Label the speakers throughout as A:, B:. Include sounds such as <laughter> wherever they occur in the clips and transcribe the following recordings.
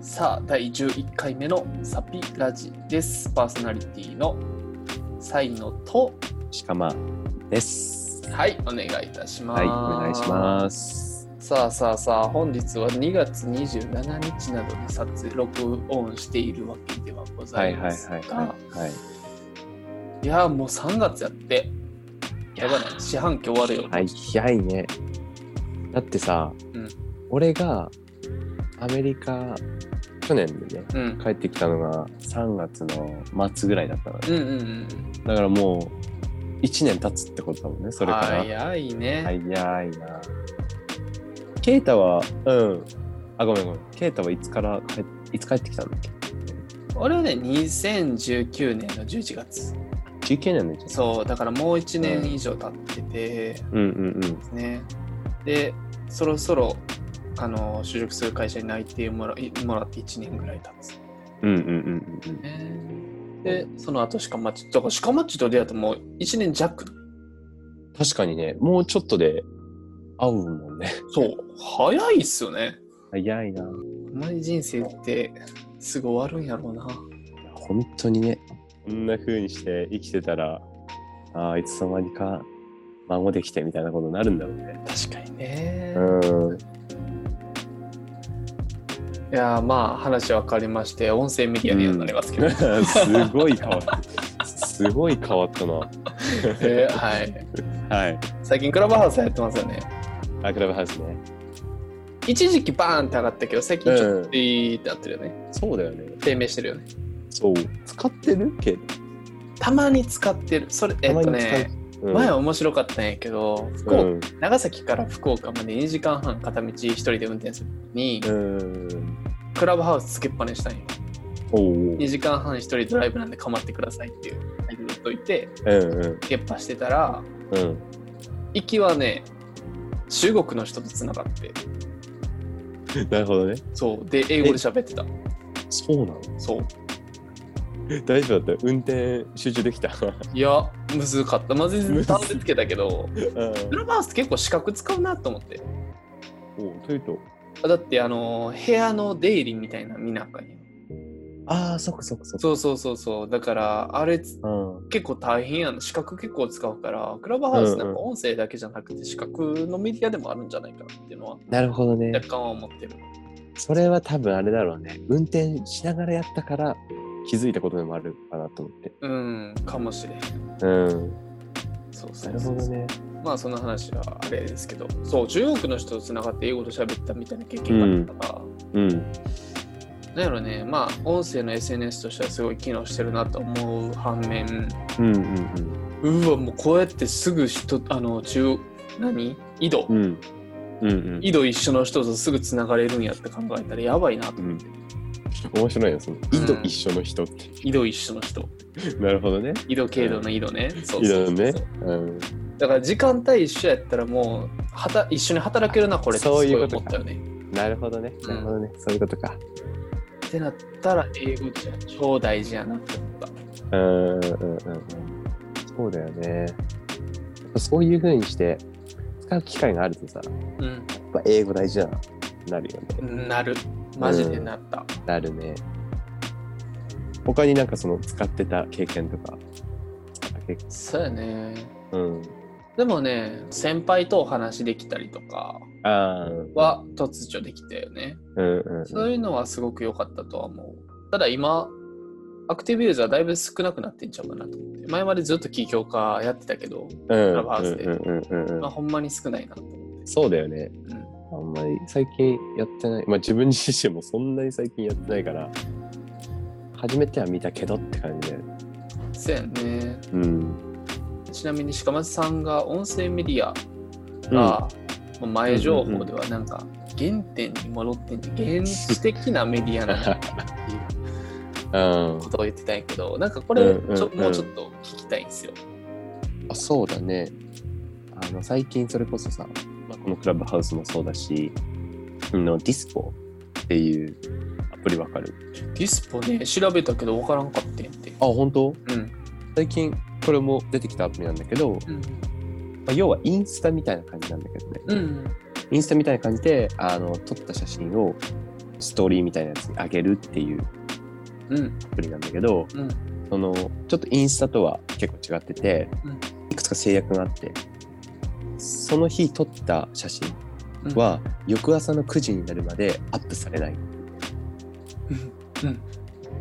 A: さあ第11回目のサピラジですパーソナリティのサイノと
B: しかまです。
A: はいお願いいたします
B: はい、お願いします。
A: すさあさあさあ本日は2月27日などに撮影録音しているわけではござ
B: はいいは
A: ま
B: い
A: す
B: はい
A: が
B: はい。はい
A: いやもう3月やってやばない四半期終わるよ、
B: はい、早いね。だってさ、
A: うん
B: 俺がアメリカ去年でね
A: うん、うん
B: 帰ってきたのが3月の末ぐらいだったのね。
A: うんうん
B: だからもう1年経つってことだもんね。それから。
A: 早いね、
B: 早いな。ケイタはうん。あごめんごめん。ケイタはいつから帰っいつ帰ってきたんだっけ？
A: 俺はね2019年の11月
B: 19年の一う。
A: そうだからもう1年以上経ってて、
B: うんうんうん。
A: ね。で、そろそろ、あの、就職する会社に内定もらいもらって1年ぐらい経つ、
B: うんうんうんうんうん。
A: ね。で、その後、鹿町。だから、鹿町と出会ってもう1年弱。
B: 確かにね、もうちょっとで会うもんね。
A: そう。早いっすよね。
B: 早いな。
A: あんまり人生ってすぐ終わるんやろうな。
B: 本当にね。こんな風にして生きてたら、ああ、いつの間にか孫できてみたいなことになるんだろうね。
A: 確かにね。
B: うん。
A: いやー、まあ、話は変わりまして、音声メディアにはなりますけど。
B: <laughs> すごい変わった。すごい変わったな。
A: えーはい。
B: はい。
A: 最近、クラブハウスやってますよね。
B: あ、クラブハウスね。
A: 一時期バーンって上がったけど、最近ちょっとピーってなってるよね。
B: そうだよね。
A: 低迷してるよね。
B: そう。使ってるけ
A: たまに使ってるそれえ
B: た
A: っ
B: ま
A: と
B: に使う
A: ね、
B: うん
A: 前は面白かったんやけど福
B: う
A: 岡、
B: ん。
A: 長崎から福岡まで2時間半片道一人で運転するのに、
B: うん。
A: クラブハウスつけっぱにしたんよ
B: おうおう。
A: 2時間半一人ドライブなんで構ってくださいっていうタイトルといて
B: うんうん
A: つけっぱしてたら
B: うん。
A: 行きはね中国の人とつながって
B: なるほどね。
A: そうで英語で喋ってた
B: そうなの
A: そう
B: 大丈夫だった運転集中できた。 <laughs>
A: いやむずかったまあ全
B: む
A: 然
B: ず
A: 単でつけたけど
B: うん
A: クラブハウス結構資格使うなと思って
B: おというと
A: あだってあの部屋の出入りみたいな見なあかんやん
B: ああそっかそっかそっか
A: そうそうそうそうだからあれつ
B: うん
A: 結構大変やん資格結構使うからクラブハウスな
B: うんんうん
A: か音声だけじゃなくて資格のメディアでもあるんじゃないかなっていうのは
B: なるほどね
A: 若干は思ってる
B: それは多分あれだろうね運転しながらやったから気づいたことでもあるかなと思って
A: うんかもしれん
B: うん
A: そうそ
B: な
A: う
B: る
A: そ
B: ほ
A: う
B: どね
A: まあその話はあれですけどそう中国の人とつながって英語と喋ったみたいな経験があったから、
B: うん
A: なんやろねまあ音声の SNS としてはすごい機能してるなと思う反面
B: うん
A: うわもうこうやってすぐ人あの中何井戸、
B: うんうんうんうん
A: 井戸一緒の人とすぐつながれるんやって考えたらやばいなと
B: うん面白いよその井戸一緒の人って、
A: 井戸一緒の人
B: なるほどね
A: 井戸経度の井戸ね、そう
B: 井
A: そう
B: 戸
A: そう
B: ねうん
A: だから時間帯一緒やったらもうはた一緒に働けるなこれってすご
B: そう
A: い
B: いう
A: 思
B: こ
A: っ
B: とか
A: たよね
B: なるほどねなるほどね、そういうことか
A: ってなったら英語じゃ超大事やなって思った
B: うんうんうんうんそうだよねやっぱそういう風にして使う機会があるとさ
A: う
B: やっぱ英語大事だななるよね
A: んなるマジでなった、
B: なるね他になんかその使ってた経験とか使った経験
A: そうやね
B: うん
A: でもね先輩とお話できたりとか
B: あー
A: は突如できたよね
B: うんうんう
A: そ
B: ん
A: ういうのはすごく良かったとは思う。ただ今、アクティブユーザーだいぶ少なくなってんちゃうかなと思って。前までずっと起業家やってたけど、
B: うん
A: ラブハウスで
B: うんうんうんう
A: まあ、
B: ん
A: ほんまに少ないなと思って。
B: そうだよね
A: うん
B: あんまり最近やってないまあ自分自身もそんなに最近やってないから初めては見たけどって感じで
A: そうやね。
B: うん
A: ちなみに、鹿松さんが音声メディアが、まあ前情報ではなんか、原点に戻ってんじゃん原始的なメディアなんだっていう
B: うん
A: ことを言ってたんやけ
B: <laughs>
A: ど、なんかこれ
B: うんうん
A: ちょ、
B: うん
A: もうちょっと聞きたいんですよ。
B: あそうだねあの最近それこそさ、まあ、このクラブハウスもそうだしあのディスコっていうアプリわかる
A: ディスポね、調べたけど分からんかってんて。
B: あ本当
A: うん。
B: 最近これも出てきたアプリなんだけど、ま
A: うん。
B: あ、要はインスタみたいな感じなんだけどね、
A: うん。
B: インスタみたいな感じであの撮った写真をストーリーみたいなやつに上げるっていう
A: うん
B: アプリなんだけど、
A: うん
B: そのちょっとインスタとは結構違ってて、
A: うん
B: いくつか制約があってその日撮った写真
A: うん
B: は翌朝の9時になるまでアップされない
A: うん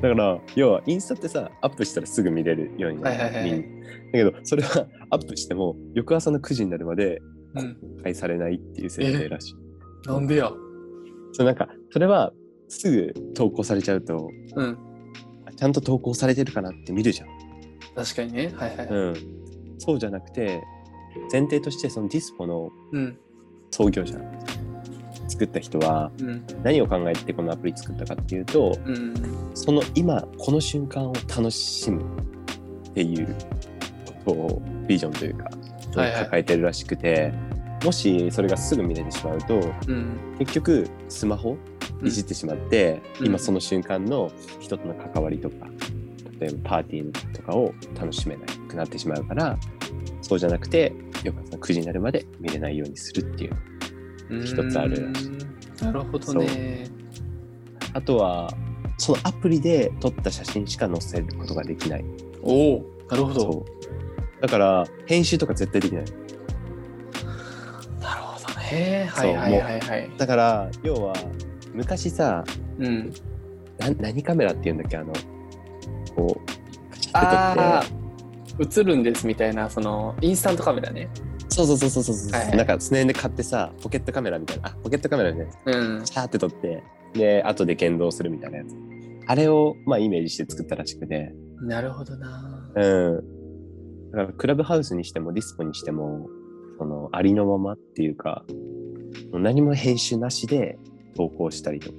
B: だから要はインスタってさアップしたらすぐ見れるようになる、
A: はいはいはいはい
B: みんなだけどそれはアップしても翌朝の9時になるまで
A: うん
B: 公開されないっていう設定らしい、
A: なんでや
B: そうなんかそれはすぐ投稿されちゃうと
A: うん
B: あちゃんと投稿されてるかなって見るじゃん
A: 確かにねはいはいはい
B: うん、そうじゃなくて前提としてそのディスポの
A: うん
B: 創業者作った人は
A: うん
B: 何を考えてこのアプリ作ったかっていうと
A: うん
B: その今この瞬間を楽しむっていうことをビジョンというか
A: はいはい
B: 抱えてるらしくて、もしそれがすぐ見れてしまうと
A: うん
B: 結局スマホ
A: うん
B: いじってしまって、
A: うん
B: 今その瞬間の人との関わりとか例えばパーティーとかを楽しめなくなってしまうからそうじゃなくて翌朝の9時になるまで見れないようにするっていう一つある
A: うんなるほどね
B: あとはそのアプリで撮った写真しか載せることができない
A: おおなるほど
B: そうだから編集とか絶対できない
A: なるほどねは
B: そう
A: いはいはいはい
B: だから要は昔さ
A: うん
B: な何カメラっていうんだっけあのこうカシャって撮っ
A: あ
B: て
A: ー映るんですみたいなそのインスタントカメラね
B: そうそうそうそうそうそう、
A: はいはい
B: なんか常で買ってさポケットカメラみたいなあポケットカメラね
A: うん
B: シャーって撮ってで後で言動するみたいなやつあれをまあイメージして作ったらしくて
A: なるほどな
B: うんだからクラブハウスにしてもディスポにしてもそのありのままっていうかもう何も編集なしで投稿したりとか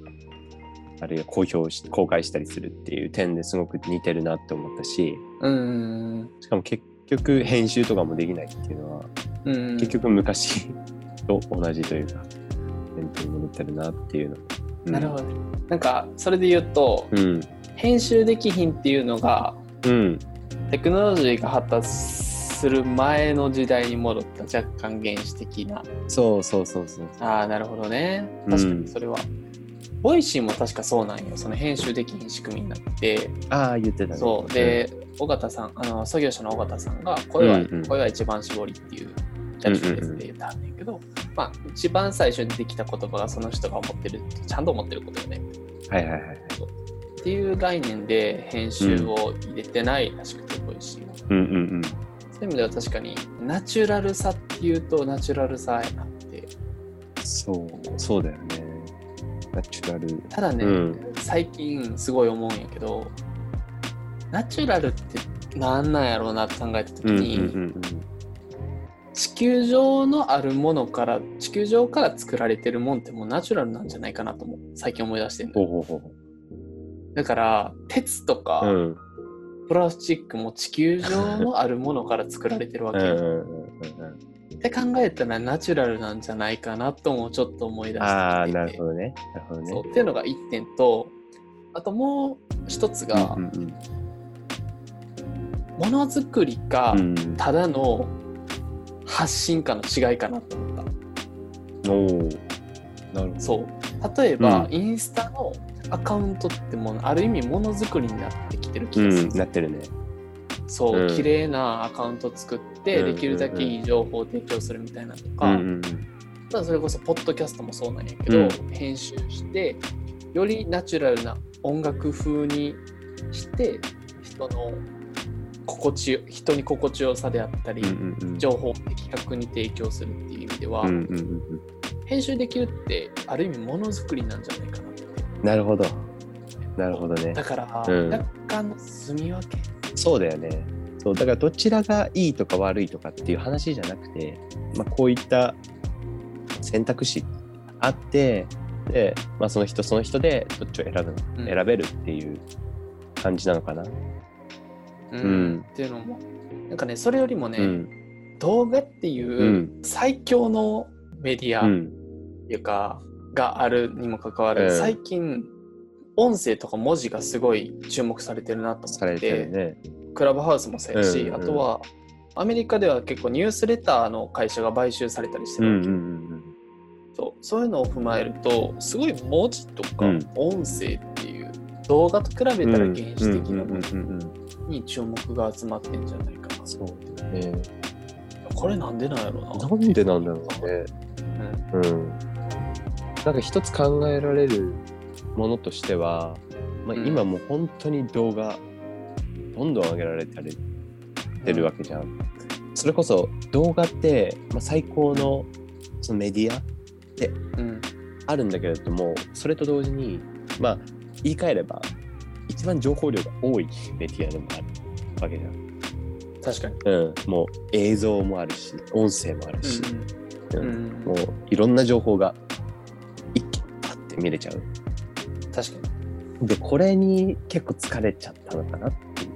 B: あるいは公表し公開したりするっていう点ですごく似てるなって思ったし
A: うん
B: しかも結局編集とかもできないっていうのは
A: うん
B: 結局昔 <laughs> と同じというか伝統に戻ってるなっていうの
A: なるほどねなんかそれで言うと
B: うん
A: 編集できひんっていうのが
B: うん
A: テクノロジーが発達する前の時代に戻った若干原始的な
B: そうそうそうそう
A: ああなるほどね
B: うん
A: 確かにそれは、ボイシーも確かそうなんよその編集できひん仕組みになって
B: ああ言ってたね
A: そうで尾形さんあの創業者の尾形さんが声は、
B: うんうん
A: 声は一番絞りっていうキャッチフレーズで言ったんだけど、まあ一番最初にできた言葉がその人が思ってるちゃんと思ってることよね
B: はいはいはい
A: っていう概念で編集を入れてないらしくてボイシーは
B: うんうん
A: そういう意味では確かにナチュラルさっていうとナチュラルさやなって
B: うんそうそうだよねナチュラル
A: ただね、
B: うん
A: 最近すごい思うんやけどナチュラルってなんなんやろうなって考えた時
B: うんうん
A: に、
B: うん
A: 地球上のあるものから地球上から作られてるもんってもうナチュラルなんじゃないかなと思う最近思い出してる
B: ほうほうほうほ
A: だから鉄とか、
B: ううん
A: プラスチックも地球上のあるものから作られてるわ
B: う
A: け
B: んう
A: よ
B: んうんうん
A: って考えたらナチュラルなんじゃないかなともちょっと思い出してきて
B: ああなるほどねなるほどね
A: そうっていうのが1点とあともう一つが、
B: うんうん
A: ものづくりか、
B: うんうん
A: ただの発信かの違いかなと思っ
B: おおなるほ
A: たそう例えば、
B: うん
A: インスタのアカウントってもうある意味ものづくりになってきてる
B: ど
A: 気
B: う
A: がする、
B: んなってるね
A: そう、
B: うん
A: 綺麗なアカウント作って、
B: うん
A: できるだけいい情報を提供するみたいなと
B: う
A: か、
B: んうん
A: ただそれこそポッドキャストもそうなんやけど、
B: うん
A: 編集してよりナチュラルな音楽風にして人の心地よ人に心地よさであったり、
B: うんうんうん
A: 情報を的確に提供するっていう意味では、
B: うんうんうん
A: 編集できるってある意味ものづくりなんじゃないかなって
B: うんなるほどなるほどね
A: だから、
B: うん
A: 若干の住み分け
B: そうだよね。そうだからどちらがいいとか悪いとかっていう話じゃなくて、まあ、こういった選択肢あってで、まあ、その人その人でどっちを選ぶの
A: うん
B: 選べるっていう感じなのかな。
A: うん
B: うん
A: っていうのもなんかねそれよりもね、
B: うん
A: 動画っていううん最強のメディア、
B: うん
A: っていうかがあるにもかかわらず、
B: うん
A: 最近音声とか文字がすごい注目されてるなと
B: さ
A: 思っ
B: れ
A: て
B: てるね。
A: クラブハウスもそうやし、
B: うんうん
A: あとはアメリカでは結構ニュースレターの会社が買収されたりして
B: う
A: るわ
B: ん
A: け、
B: うん
A: そうそういうのを踏まえるとすごい文字とか
B: うん
A: 音声っていう動画と比べたら原始的なも
B: うんうんうんうん
A: のに注目が集まってんじゃないかな、
B: そうだよね。
A: これなんでなんやろうな
B: なんでなんだろうね。うん。なんか一つ考えられるものとしては、まあ、
A: うん
B: 今もう本当に動画、どんどん上げられたりしてるわけじゃん。それこそ動画って、まあ、最高のそのメディア
A: うん
B: あるんだけれどもそれと同時にまあ言い換えれば一番情報量が多いメディアでもあるわけじゃん。
A: 確かに
B: うん、もう映像もあるし音声もあるし、
A: うん、うん
B: もういろんな情報が一気にパッて見れちゃう。
A: 確かに
B: でこれに結構疲れちゃったのかなっていう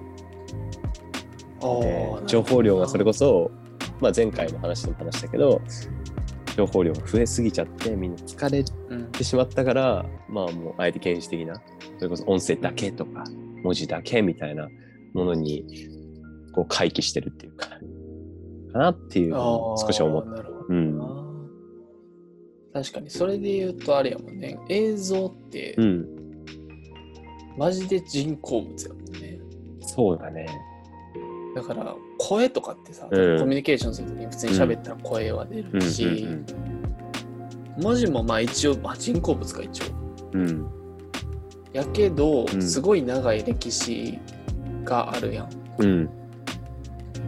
A: ああ
B: 情報量がそれ
A: こ
B: こそ、まあ、前回の話でも話したけど情報量が増えすぎちゃってみんな疲れ
A: そ、うん
B: ってしまったからまあもうあえて原始的なそれこそ音声だけとか文字だけみたいなものにこう回帰してるっていうかかなっていうのを少し思っ
A: あ
B: た。
A: ーなるほど
B: うん
A: な確かにそれで言うとあれやもんね映像って
B: うん、
A: マジで人工物やもんね
B: そうだね。
A: だから声とかってさ、
B: うん
A: コミュニケーションするときに普通に喋ったら声は出
B: う
A: るし、
B: ん
A: 文字もまあ一応、まあ、人工物か一応
B: うんうんうん
A: やけど、
B: うん
A: すごい長い歴史があるやん
B: うん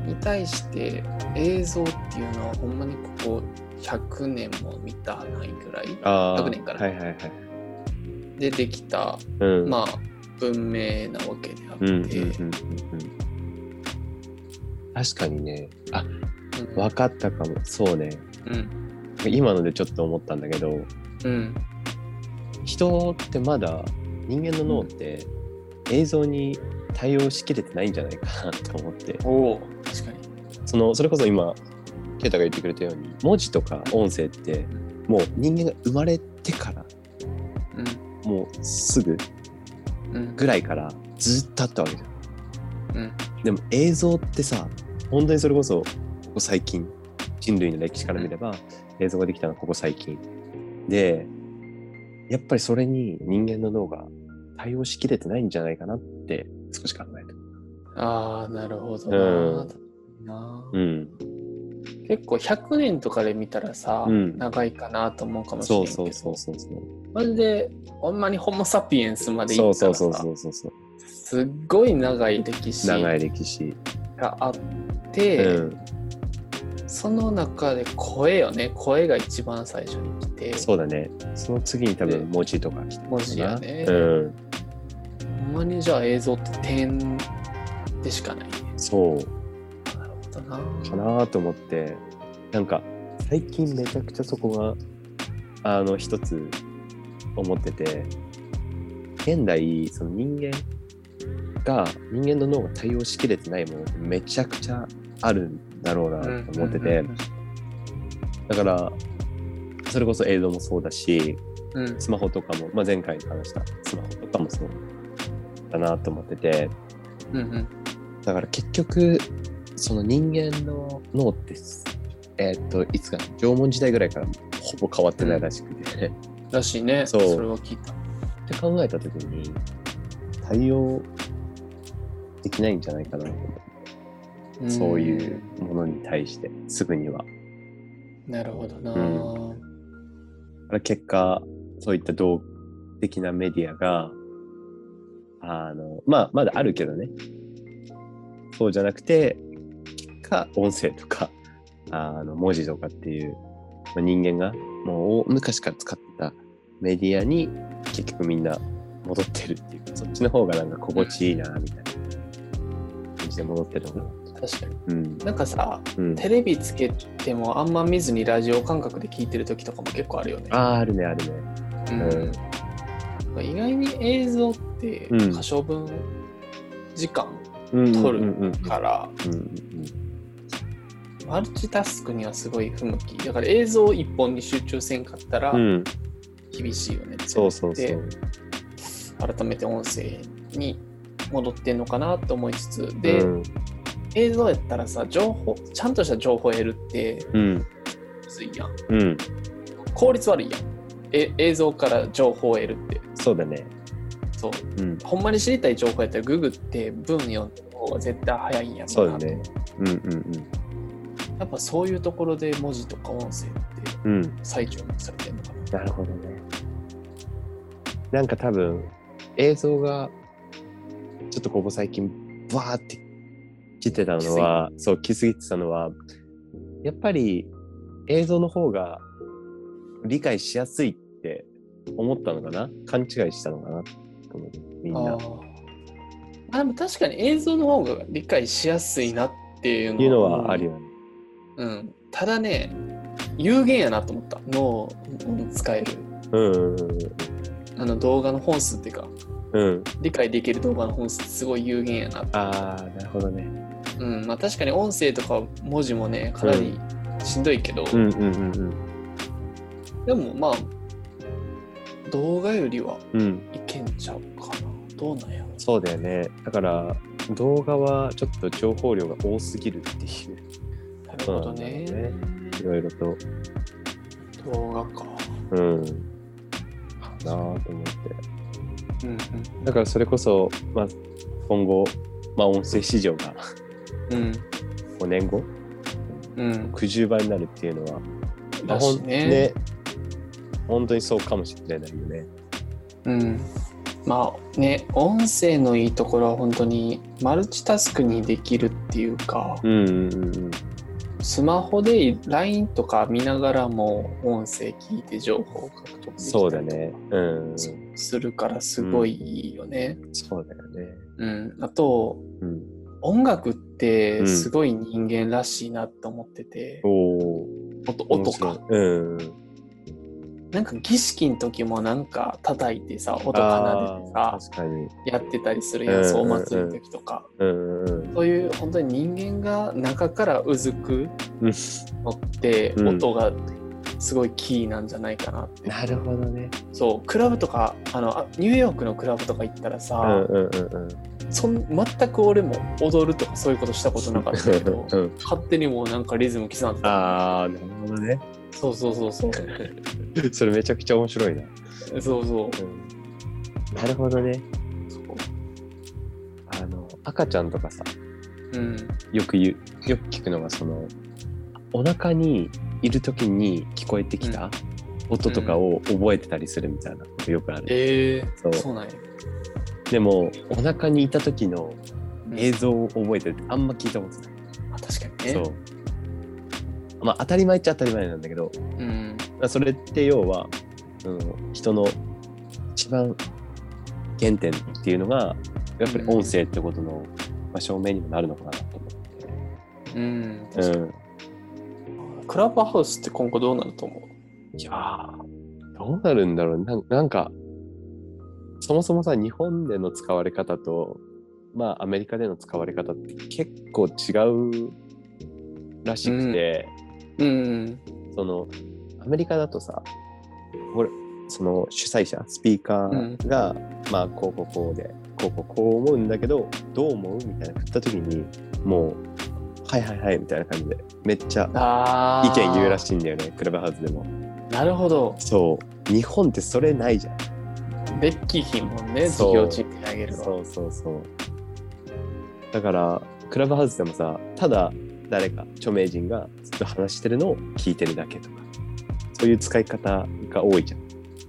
A: に対して映像っていうのはほんまにここ100年も見たないぐらい
B: ああ
A: 100年から
B: はいはいはい。
A: でできた、
B: うん
A: まあ文明なわけであって、
B: うんうんうんうんうん確かにね。あ、
A: うん
B: 分かったかも。そうね。
A: うん
B: 今のでちょっと思ったんだけど、
A: うん
B: 人ってまだ人間の脳って映像に対応しきれてないんじゃないかなと思って
A: おお確かに
B: そのそれこそ今ケイタが言ってくれたように文字とか音声ってもう人間が生まれてからもうすぐ
A: うんうん
B: ぐらいからずっとあったわけじゃん、
A: うん
B: でも映像ってさ本当にそれこそここ最近人類の歴史から見れば映像ができたのはここ最近でやっぱりそれに人間の脳が対応しきれてないんじゃないかなって少し考えた
A: ああなるほど
B: う
A: な,、
B: ん
A: な
B: うん
A: 結構100年とかで見たらさ、
B: うん
A: 長いかなと思うかもしれ
B: そ
A: ないうけど
B: そうそうそうそう
A: まるでほんまにホモ・サピエンスまで
B: そ
A: 行
B: う
A: った
B: そ
A: ら
B: うそう
A: さ
B: そうそうそう
A: すっごい長い歴史
B: 長
A: が
B: い歴史、
A: あって、その中で声よね声が一番最初に来
B: う
A: て
B: んそうだねその次に多分文字とか来てるかな
A: 文字やね
B: うん
A: ほんまにじゃあ映像って点でしかないね
B: そう
A: なるほどな
B: かなと思ってなんか最近めちゃくちゃそこがあの一つ思ってて現代その人間が人間の脳が対応しきれてないものってめちゃくちゃあるんだろうなと思っててだからそれこそ映像もそうだし
A: うんうん
B: スマホとかも、まあ、前回話したスマホとかもそうだなと思ってて
A: うんうんうん
B: だから結局その人間の脳ってすえーっといつかな縄文時代ぐらいからほぼ変わってないらしくて、っ
A: だしね
B: そ
A: そうれは聞いた
B: て考えた時に対応できないんじゃないかなと思うそういうものに対してすぐには。
A: うんなるほどな、
B: うだから結果そういった動的なメディアがあのまあまだあるけどねそうじゃなくて結果音声とかあの文字とかっていう、まあ、人間がもう大昔から使ってたメディアに結局みんな戻ってるっていうそっちの方がなんか心地いいなみたいな感じで戻ってるのかな
A: 確かに
B: うん
A: なんかさ
B: うん
A: テレビつけてもあんま見ずにラジオ感覚で聞いてる時とかも結構あるよね。
B: あーあるねあるね
A: うん意外に映像って
B: うん
A: 可処分時間
B: うん
A: 撮る
B: うんうん
A: から
B: うんうん
A: マルチタスクにはすごい不向きだから映像一本に集中せんかったら
B: うんうん
A: 厳しいよねって
B: そうそうそ
A: で
B: う
A: 改めて音声に戻ってんのかなと思いつつで、
B: うん
A: 映像やったらさ情報ちゃんとした情報得るって
B: うん
A: むずいやん
B: うん
A: 効率悪いやんえ映像から情報を得るって
B: そうだね。
A: そう
B: うん。
A: ほんまに知りたい情報やったらググって文読んだ方が絶対早いんやろな
B: そうだねうんうん
A: やっぱそういうところで文字とか音声って
B: うん。うん。
A: 最重視されてるのかな
B: なるほどね。なんか多分、映像が、ちょっとここ最近、バーって来てたのは、そう、来すぎてたのは、やっぱり映像の方が理解しやすいって思ったのかな勘違いしたのかなと思うみん
A: あ
B: な。
A: ーあでも確かに映像の方が理解しやすいなっていうの
B: いうのはあるよね。
A: うん、ただね有限やなと思った脳に使える
B: うんうん
A: あの動画の本数っていうか
B: うん。うん。
A: 理解できる動画の本数ってすごい有限やな、
B: ああ、なるほどね。
A: うんまあ、確かに音声とか文字もねかなりしんどいけど、
B: うんうんうん
A: でもまあ動画よりは
B: うん。うん。
A: いけんちゃうかなどうなんやろ
B: そうだよね。だから動画はちょっと情報量が多すぎるっていう。
A: なるほどね
B: そうなんいろいろと。
A: 動画か
B: うん。かなあと思って。
A: うんうん
B: だからそれこそ、まあ、今後、まあ、音声市場が
A: うん
B: 5年後、
A: うん
B: 90倍になるっていうのは、まあ
A: だ
B: ほ
A: し
B: ん
A: ね
B: ね本当にそうかもしれないよね。
A: うんまあね音声のいいところは本当にマルチタスクにできるっていうか
B: うんうんうん
A: スマホで LINE とか見ながらも音声聞いて情報を獲得できたりとか
B: そうだね。うん。
A: そ
B: そう
A: するからすごいいいよね。
B: うだよね。
A: うん、あと
B: うん。
A: 音楽って
B: うん
A: すごい人間らしいなと思ってて、
B: おー
A: 音音。
B: 面
A: か
B: 白いうん。
A: なんか儀式の時もなんか叩いてさ音奏でて
B: あ
A: さ
B: ー確かに。
A: やってたりするや
B: う
A: ん
B: んうんうん
A: そうお祭りの時とか、
B: うんうんうん。
A: そういう本当に人間が中からうずく
B: うん
A: のって、
B: うん
A: 音がすごいキーなんじゃないかなって
B: なるほどね。
A: そうクラブとかあのあニューヨークのクラブとか行ったら
B: うん
A: さ、
B: うんうんうん。
A: そん全く俺も踊るとかそういうことしたことなかったけど
B: <laughs> うん、
A: 勝手にもうなんかリズム刻んでた
B: ああ、なるほどね。
A: そうそうそう
B: <laughs>
A: そう
B: それめちゃくちゃ面白いな。
A: そうそう
B: なるほどね。
A: そう
B: あの、赤ちゃんとかさ、
A: うん
B: よく言う、よく聞くのが、その、お腹にいる時に聞こえてきた音とかを覚えてたりするみたいなことよくある。
A: えー、
B: そ
A: そううなんや、
B: でも、お腹にいた時の
A: うん
B: 映像を覚えてるってあんま聞いたことない。
A: あ確かにね
B: そう。まあ、当たり前っちゃ当たり前なんだけど、
A: うん
B: まあそれって要は、うん、人の一番原点っていうのがやっぱり音声ってことの、まあ、証明にもなるのかなと思
A: うん確か
B: っ
A: に
B: て、うん、
A: クラブハウスって今後どうなると思う
B: いやーどうなるんだろうなんなんかそもそもさ日本での使われ方とまあアメリカでの使われ方って結構違うらしくて、
A: うん
B: そのアメリカだとさ俺その主催者スピーカーが、まあこうこうこうでこうこうこう思うんだけどどう思うみたいな振った時にもう「はいはいはい」みたいな感じでめっちゃ
A: あ
B: 意見言うら
A: い
B: しいんだよねクラブハウスでも
A: なるほど
B: そう日本ってそれないじゃん
A: デッキ品もんね
B: そ
A: 授
B: う
A: 業チップあげるわ
B: そうそうそうだからクラブハウスでもさただ誰か著名人がずっと話してるのを聞いてるだけとかそういう使い方が多いじゃん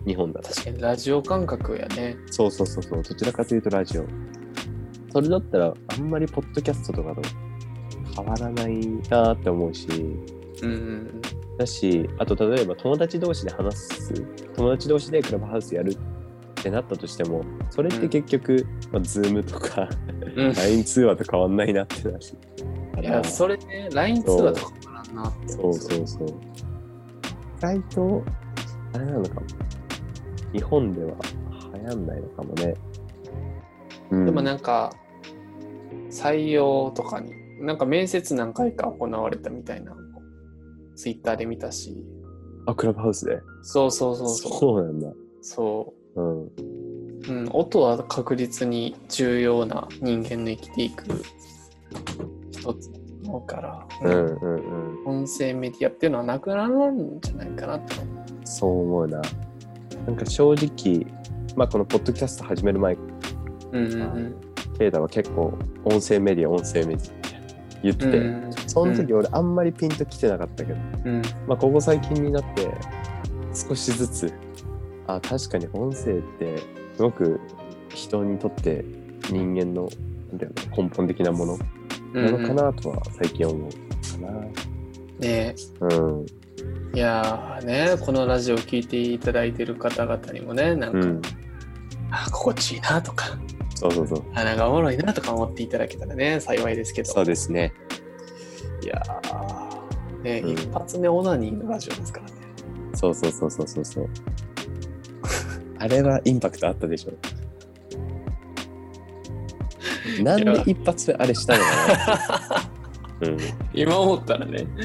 B: 日本だと
A: 確かにラジオ感覚やね
B: そうそうそうそう、どちらかというとラジオ。それだったら、あんまりポッドキャストとかと変わらないなって思うし、
A: うんうん
B: だし、あと例えば友達同士で話す、友達同士でクラブハウスやるってなったとしても、それって結局、まあ、ズームとか、
A: うん
B: LINE 通話と変わんないなってなる。
A: いやそれね LINE 通話とかもらんなって
B: そうそうそう。意外と、あれなのかも。日本では流行んないのかもね。うん
A: でもなんか採用とかになんか面接何回か行われたみたいなツイッターで見たし
B: あ、クラブハウスで。
A: そうそうそうそう
B: そうなんだ。
A: そ
B: うん。うん
A: う、うん、音は確実に重要な人間の生きていく一つだと思うから、
B: うんうん。
A: 音声メディアっていうのはなくなるんじゃないかなと思う
B: そう思うな。なんか正直、まあ、このポッドキャスト始める前、
A: うんうん
B: ケイタは結構音声メディア、音声メディアって言って
A: うん。
B: て、
A: うん
B: その時俺あんまりピンときてなかったけど、
A: うん
B: まあ、ここ最近になって少しずつあ確かに音声ってすごく人にとって人間のなんていうの根本的なものなのかなとは最近思うか
A: ね
B: な。うん
A: いやーねこのラジオを聞いていただいてる方々にもねなんか、
B: うん、
A: あ心地いいなとか
B: そうそうそう。
A: あなんかおもろいなとか思っていただけたらね幸いですけど
B: そうですね。
A: いやーね、
B: うん
A: 一発目オナニーのラジオですからね
B: そうそうそうそうそうそう。 <laughs> あれはインパクトあったでしょ。なんで一発目あれしたのか <laughs> な。うん
A: 今思ったらね
B: う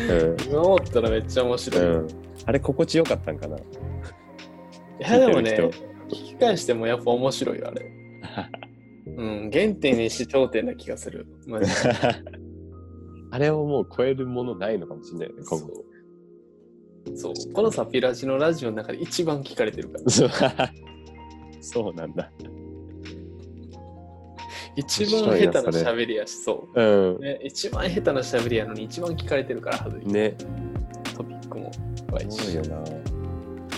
B: ん
A: 今思ったらめっちゃ面白い、
B: うん、あれ心地よかったんかな
A: いやでも
B: 聞い
A: ね
B: てる
A: 聞き返してもやっぱ面白いよあれうん原点にし頂点な気がする
B: <laughs>
A: マジで
B: <laughs> あれをもう超えるものないのかもしれないね
A: そ
B: 今
A: う
B: 後
A: そうこのサピラジのラジオの中で一番聞かれてるから
B: そう <laughs> そうなんだ
A: 一番下手な喋りやしそう
B: うん
A: ね、一番下手な喋りやのに一番聞かれてるから、はずい
B: ね
A: トピックも怖い
B: すごい
A: し。
B: よな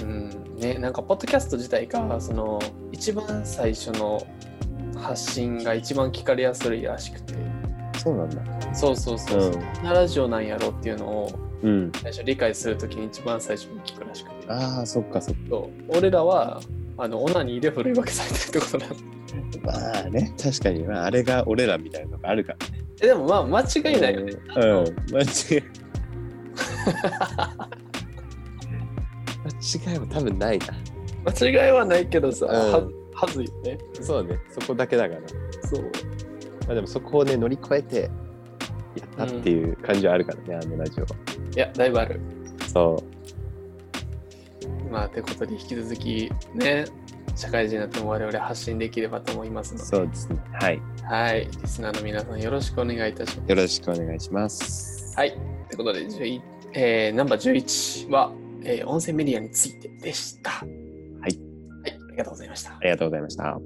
A: うん、ね、なんか、ポッドキャスト自体が、その、一番最初の発信が一番聞かれやすいらしくて、
B: そうなんだ
A: そうそうそうそう、
B: うん
A: どんなラジオなんやろっていうのを、
B: うん
A: 最初理解するときに一番最初に聞くらしくて、
B: ああそっかそっ
A: そう俺らは、あの、オナニーで振り分けされてるってことなんで。
B: かまあね確かに、まあ、あれが俺らみたいなのがあるから
A: <laughs> えでも、まあ、間違いないよね。
B: うん、うん、間違い間違いは多分ないな
A: 間違いはないけどさ、
B: うん
A: ははずいよね。
B: そうねそこだけだから
A: そう。
B: まあでもそこをね乗り越えてやったっていう感じはあるからね、あのラジオはい
A: や、だいぶある。
B: そ
A: まあ、てことで引き続きね、社会人になっても我々発信できればと思います
B: う
A: の
B: そうですねはい
A: で、はい、リスナーの皆さんよろしくお願いいたしま
B: よろしくお願いします
A: す。はい、てことで、11えーナンバー11は、えー音声メディアについてでした。はいはい、ありがとうございました
B: あ。りがとうございました